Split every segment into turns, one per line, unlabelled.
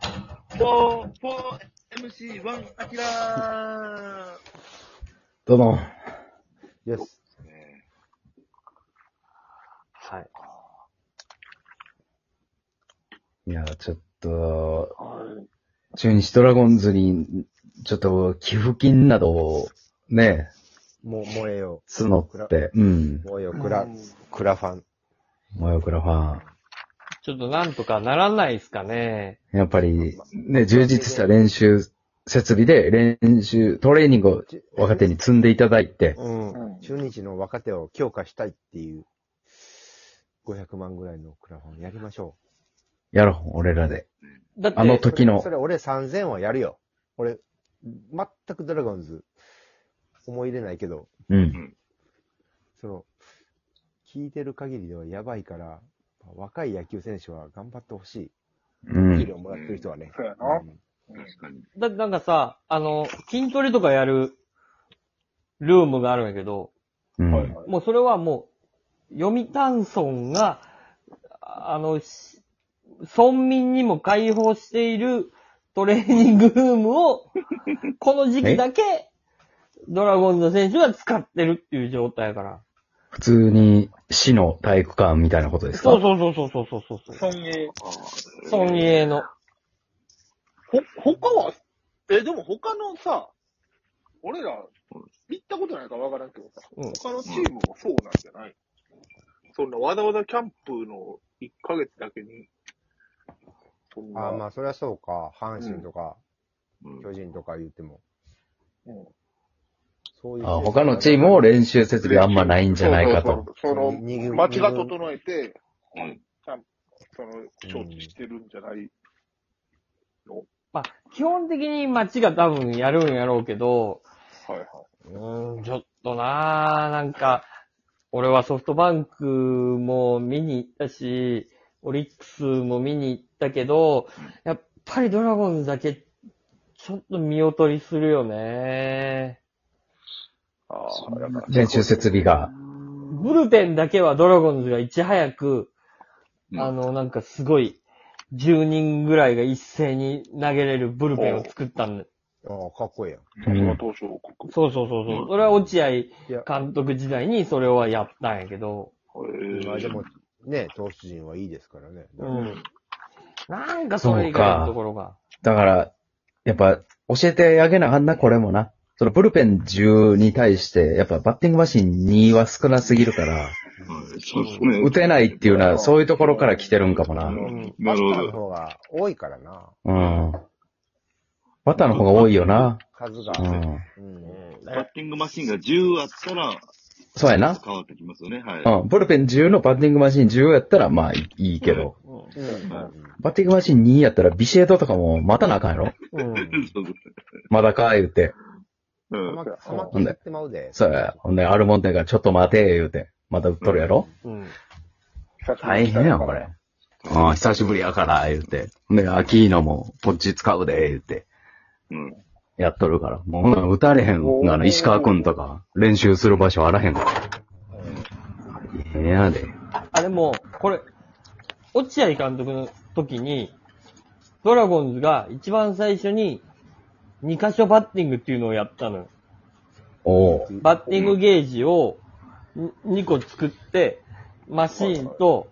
4、4、MC1、アキラー
どうも。よし。
はい。
いや、ちょっと、
はい。
中日ドラゴンズに、ちょっと、寄付金などを、ね、
もう、燃えよ
募って、うん
う。。燃えよう、クラ、
うん
クラファン。
もよくらファン。
ちょっとなんとかならないですかね。
やっぱり、ね、充実した練習、設備で練習、トレーニングを若手に積んでいただいて、
う
うん
ん。中日の若手を強化したいっていう、500万ぐらいのクラファンやりましょ
やろう、俺らで。
だって、
あの
う。
時の
それ、それ俺3000はやるよ。俺、全くドラゴンズ、思い入れないけど、
うん。
その、聞いてる限りではやばいから、若い野球選手は頑張ってほし
う
い。給
ん。
料もらってる人はね。
そうや
う
な。
ん
確かに。
だってなんかさ、あの、筋トレとかやるルームがあるんやけど、
うん。
はいはい。
もうそれはもう、読谷村が、あの、し村民にも開放しているトレーニングルームを、この時期だけ、ドラゴンズの選手が使ってるっていう状態やから。
普通に、市の体育館みたいなことですか
そうそうそうそうそうそうそう。
村営。
村営の。
ほ、他は、え、でも他のさ、俺ら、行ったことないからわからんけどさ、
うん
他のチームもそうなんじゃないそんなわざわざキャンプの1ヶ月だけに、そんな。
ああ、まあ、そりゃそうか。阪神と
うん
か、巨人とか言っても。
うん
そういう。
あ他のチームも練習設備あんまないんじゃないかと。
そうそうそう
にに
その、街が整えて、
うん
ちゃんその、承知してるんじゃない。
まあ、基本的に街が多分やるんやろうけど、
はいは
うーん、ちょっとなぁ、なんか、俺はソフトバンクも見に行ったし、オリックスも見に行ったけど、やっぱりドラゴンズだけ、ちょっと見劣りするよね。
い。ああ、
練習設備が。
ブルペンだけはドラゴンズがいち早く、
うん
あの、なんかすごい、10人ぐらいが一斉に投げれるブルペンを作ったんだ
ああ、かっこいいやん。
う
その
ん。
当初王国。
そうそうそうそうう。それは落合
や
監督時代にそれはやったんやけど。
へえ
まあでも、ね、投手陣はいいですからね。
うん。なんかそれ以外のところが。
だから、やっぱ、教えてあげなあかんな、これもな。そのブルペン10に対して、やっぱバッティングマシン2は少なすぎるから、
はいそうですね。
打てないっていうのは、そういうところから来てるんかもな。
うん。
バ
な
ッターの
るほど。
方が多いからな。
うん。バッターの方が多いよな。
数が。
うん。
うん。
バッティングマシンが10あったら、
そうやな。
変わってきますよね。はい。
うん。ブルペン10のバッティングマシン10やったら、まあいいいいけど。
うんうん
バッティングマシン2やったら、ビシエドとかも待たなあかんやろ
うん。
そうですね。
まだか、言うて。
う。
うんん。
はい。
甘くやってまうで。
そうや。ほんで、アルモンテがちょっと待て、言うて。また打っとるやろ
うん。
大変やん、これ。。ああ、久しぶりやから、言うて。で、アキーノも、ポッチ使うで、言うて。
うん。
やっとるから。もうほな、打たれへんがな、石川くんとか、練習する場所あらへんから。ええやで。
あ、でも、これ、落合監督の時に、ドラゴンズが一番最初に、2箇所バッティングっていうのをやったのよ。
おお。
バッティングゲージを2個作って、マシーンと、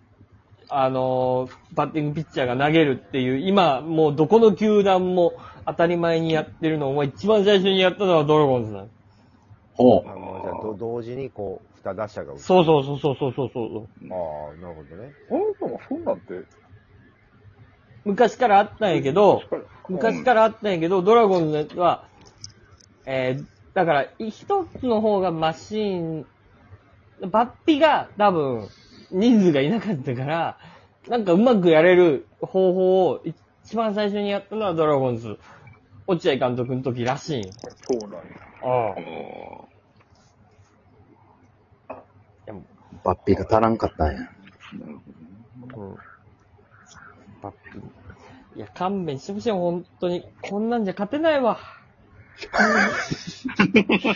あのーバッティングピッチャーが投げるっていう、今、もうどこの球団も当たり前にやってるのを、一番最初にやったのはドラゴンズなの。
お
あもうじゃあ、ど同時にこう、二打者が打つ。
そうそうそうそうそうそうそう。
う。ああ、なるほどね。
この人もそんなんて、
昔からあったんやけど、昔からあったんやけど、ドラゴンズのやつは、えー、だから、一つの方がマシーン、バッピが多分、人数がいなかったから、なんかうまくやれる方法を一番最初にやったのはドラゴンズ、落合監督の時らしいんよ。
そうなんや。
ああ。
バッピーが足らんかったんや。
うんバッピいや、勘弁してほしいよ、本当に。こんなんじゃ勝てないわ。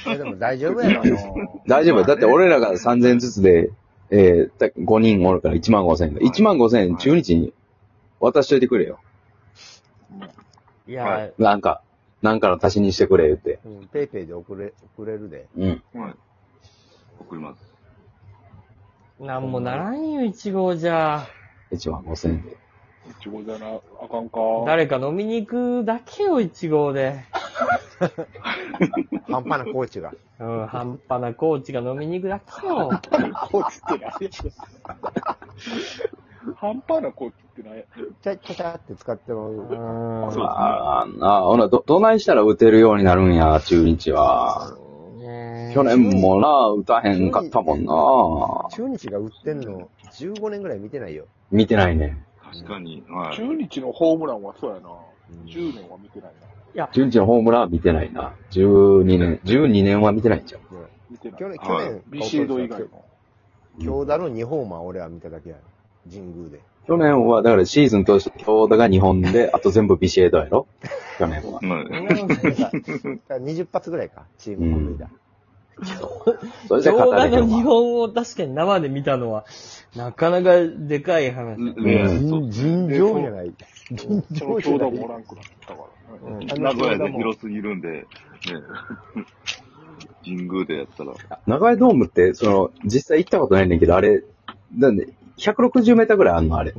えでも大丈夫やろ、あの。
大丈夫。だって俺らが3000円ずつで、えー、だ5人おるから1万5000円。1万5000円中日に渡しといてくれよ。
いや、
は
なんか、なんかの足しにしてくれ、言って。
うん、ペイペイで送れ、送れるで。
うん。
送ります。
なんもならんよ、1号じゃ。
1万5千円で。
いちごじゃな、あかんか。
誰か飲みに行くだけよ、1号で。
半端なコーチが。
うん、半端なコーチが飲みに行くだけよ。
コーチって何や半端なコーチって何や
ちゃちゃちゃって使ってもらう。
うん。
そう
あーなあ、ほな、ど、どないしたら打てるようになるんや、中日は。
ねえ
去年もな、打たへんかったもんな。
中日が売ってんの15年ぐらい見てないよ。
見てないね。
確かに。はい。
中日のホームランはそうやな。
うん
10年は見てないな。
中日のホームランは見てないな。12年、12年は見てないんちゃう。
見てない
去。年、去
はい
年、
ビシエド以外
京
の。
京田の2ホーマー俺は見ただけや。神宮 で。
去年は、だからシーズン通して、京田が日本で、あと全部ビシエドやろ去年は。
はい
そんなことないか
だ
ら
から20発ぐらいか、チーム本塁打。
それじゃ
上
語れ
田
へ
の
ん
日
わ。
本を確かに生で見たのは、なかなかでかい話。
レアですそう
尋常じゃない。尋
その
常じ
兄
ゃな
弟もお
い。
らんくなったからね。
うん
名古屋で広すぎるんで、ね、 神宮でやったら、
長井ドームって、その、実際行ったことないねんだけど、あれ、なんで、160メーターぐらいあんのあれ。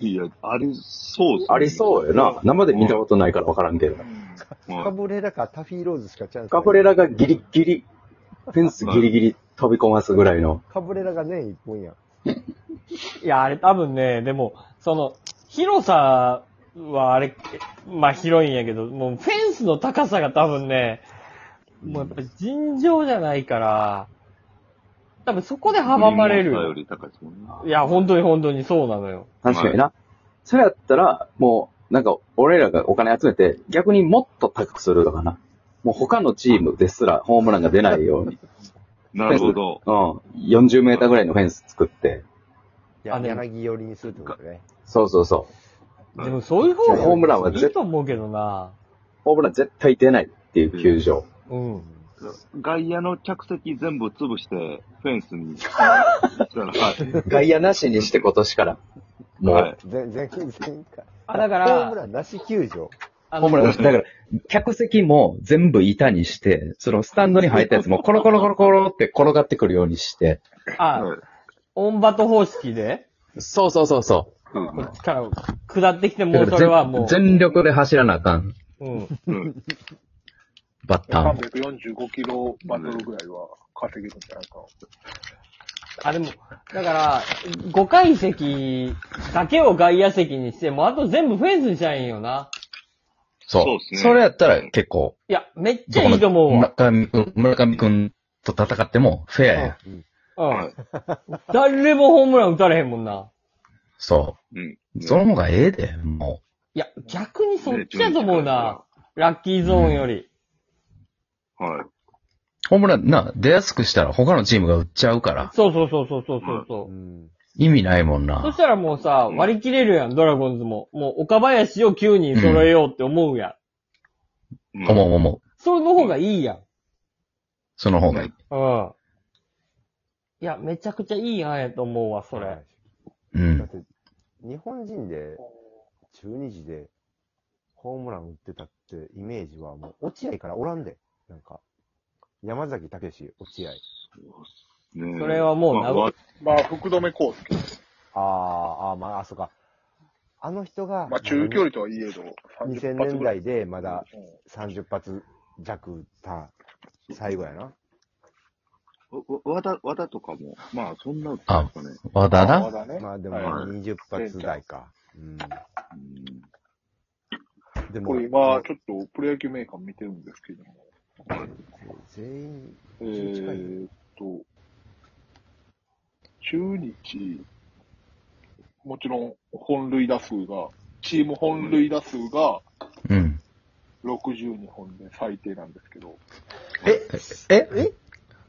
いや、ありそうっすね
ありそうよな。生で見たことないから分からんけど。
カ
は
ブレラかタフィーローズしかチャンスない。
ガブレラがギリギリ、フェンスギリギリ飛び込ますぐらいの。
カブレラが年一本やん。
いや、あれ多分ね、でも、その、広さはあれ、まあ広いんやけど、もうフェンスの高さが多分ね、もうやっぱ尋常じゃないから、多分そこで阻まれ
グリーンモ
る。
ンスターより高いですもんね。
いや、本当に本当にそうなのよ。
確かにな。それやったら、もう、なんか、俺らがお金集めて、逆にもっと高くするとかな。もう他のチームですらホームランが出ないように。
なるほど。
うん。40メーターぐらいのフェンス作って。
や
あでも
柳寄りにするってことね。
そうそうそう。
うん
でもそういう方が
ホームランはい絶
いと思うけどな。
ホームラン絶対出ないっていう球場。
うん。
外野の客席全部潰して、フェンスに。したらはい
外野なしにして今年から。もう、
はい。
全然、全然。
あ、だか
ホーム
ら、
ランなし球場。
あ
ホ
の
ームランだから、客席も全部板にして、そのスタンドに入ったやつ もコロコロコロコロって転がってくるようにして。
あ、オンバト方式で、
そうそうそうそ
うん
こっちから下ってきて、
う。
もうそれはもう、
全力で走らなあかん。
うん。
うん
バッターも。
345キロバトルぐらいは稼げるんじゃないか。
あ、でも、だから、5階席だけを外野席にして、もうあと全部フェンスにしちゃえんよな。
そう。
そう
そ
っすね
れやったら結構、
いや、めっち
ど
ゃ
こ
い
の
いと思うわ。
村上君、村上君と戦ってもフェアや。
うん。誰もホームラン打たれへんもんな。
そ
うん。
う。その方がええで、も
いや、逆にそっちやと思うな。ラッキーゾーンより。
は
う。ホームラン、な、出やすくしたら他のチームが打っちゃうから、
そうそうそうそうそうそうそうう。
ん。
意味ないもんな。
そしたらもうさ、
うん
割り切れるやん、ドラゴンズも。もう、岡林を9人揃えようって思うやん。
い。
思う思う。
それの方がいいやん。
その方がいい。
うん。いや、めちゃくちゃいい案やと思うわ、それ。
う
だっ
ん。
て、日本人で、中日で、ホームラン打ってたってイメージは、もう、落合からおらんで。なんか、山崎武史、落合。
ねえ
それはもう
まあわ
まあ、福留孝介。
あー、あーまあ、あ、そうか。あの人が、
まあ、中距離とはいえど、30
2000年代でま
ぐら
だ
いうん
30発弱打った最後やな。
わわだ、わだとかも、まあ、そんな、
あ
ですかね。
和田な。
だね
まあでも
は
20発台か。うん。
うん
でも
これ、今、ちょっとプロ野球メーカー見てるんですけども、
全員、
えー、っと、中日、もちろん本塁打数が、チーム本塁打数が
うん。
62本で最低なんですけど、
え、え、え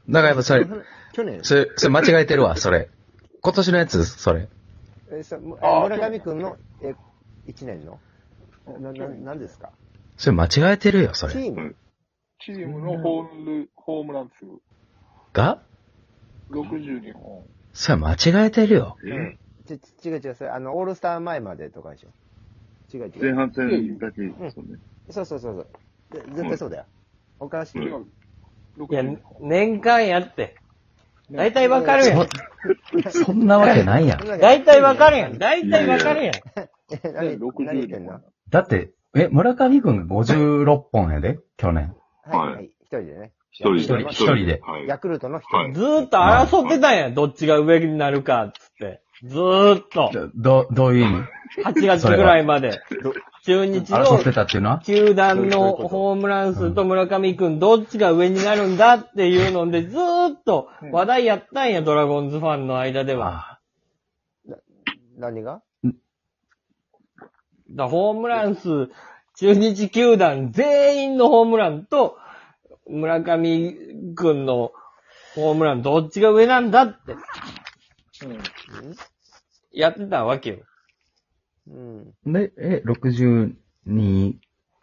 だからやっぱそれ、
去年、
それ、それ間違えてるわ、それ。今年のやつ、それ。
えーさむ
あー
村上くんの、え、1年のな、な、なんですか
それ間違えてるよ、そ
チ
れ。
ーム
チームの本塁、ホームラン数
が
62本。
それ間違えてるよ。
え
ち、ち違う違う、それ、あの、オールスター前までとかでしょ。違う違
前
う。
半戦だけですよね。
そうそうそうそう。で絶対そうだよ。おかしい
違
よ。
う。6
いや
人。、
年間やって。大体わかるやん。
そんなわけないやん。
大体わかるやん。大体わかるやん。
え何
60
何言ってんの
だって、え、村上くんが56本やで去年。
は、
はいい
はい。一人でね。
一人、
一人一人で
はい。
ヤクルトの一
は
人
い。
ずーっと争ってたんや。どっちが上になるか、つって。ずーっと。
ど、どういう意味
8月ぐらいまで。中日
争って
の
たっていうのは
球団のホームラン数と村上くん、どっちが上になるんだっていうので、ずーっと話題やったんや、ドラゴンズファンの間で
あ
は。
何が
だからホームラン数、中日球団全員のホームランと、村上くんのホームラン、どっちが上なんだって、やってたわけよ。
うん。
で、え、62、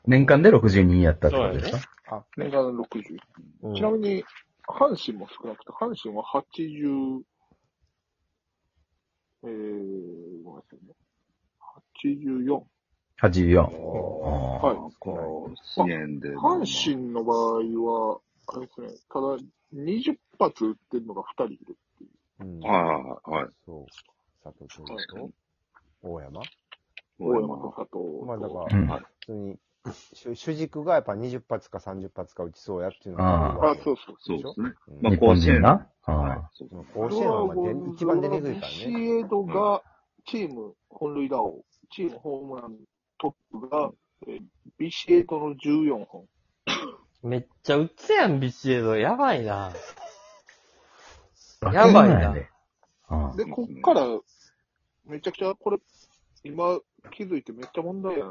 年間で62やったってことですか
年間60。
うん
ちなみに、阪神も少なくて、阪神は80、えー、ごめんなさいね。84。
?84。
はい
は。
こう、支援で。
阪神の場合は、あれですね、ただ、20発打ってるのが2人いる。
うん
はいはいはい。
そう。佐藤君と、大山。
大山と佐藤。
まあだから、
い。うん。
普通に、主主軸がやっぱ20発か30発か打ちそうやっていうの
あ、そうそう。
そうですね。
う
まあ
日本人な。
はい
あ。
そう
でも甲子園はまあ出一番出にくいから
ビシ
ね。
エドが、チーム本塁打王、チームホームラントップが、えービシエドの14本。
めっちゃ打つやん、ビシエド。やばいな。
あ
やばいな
やであ
で、こっから、めちゃくちゃ、これ、今気づいてめっちゃ問題やな。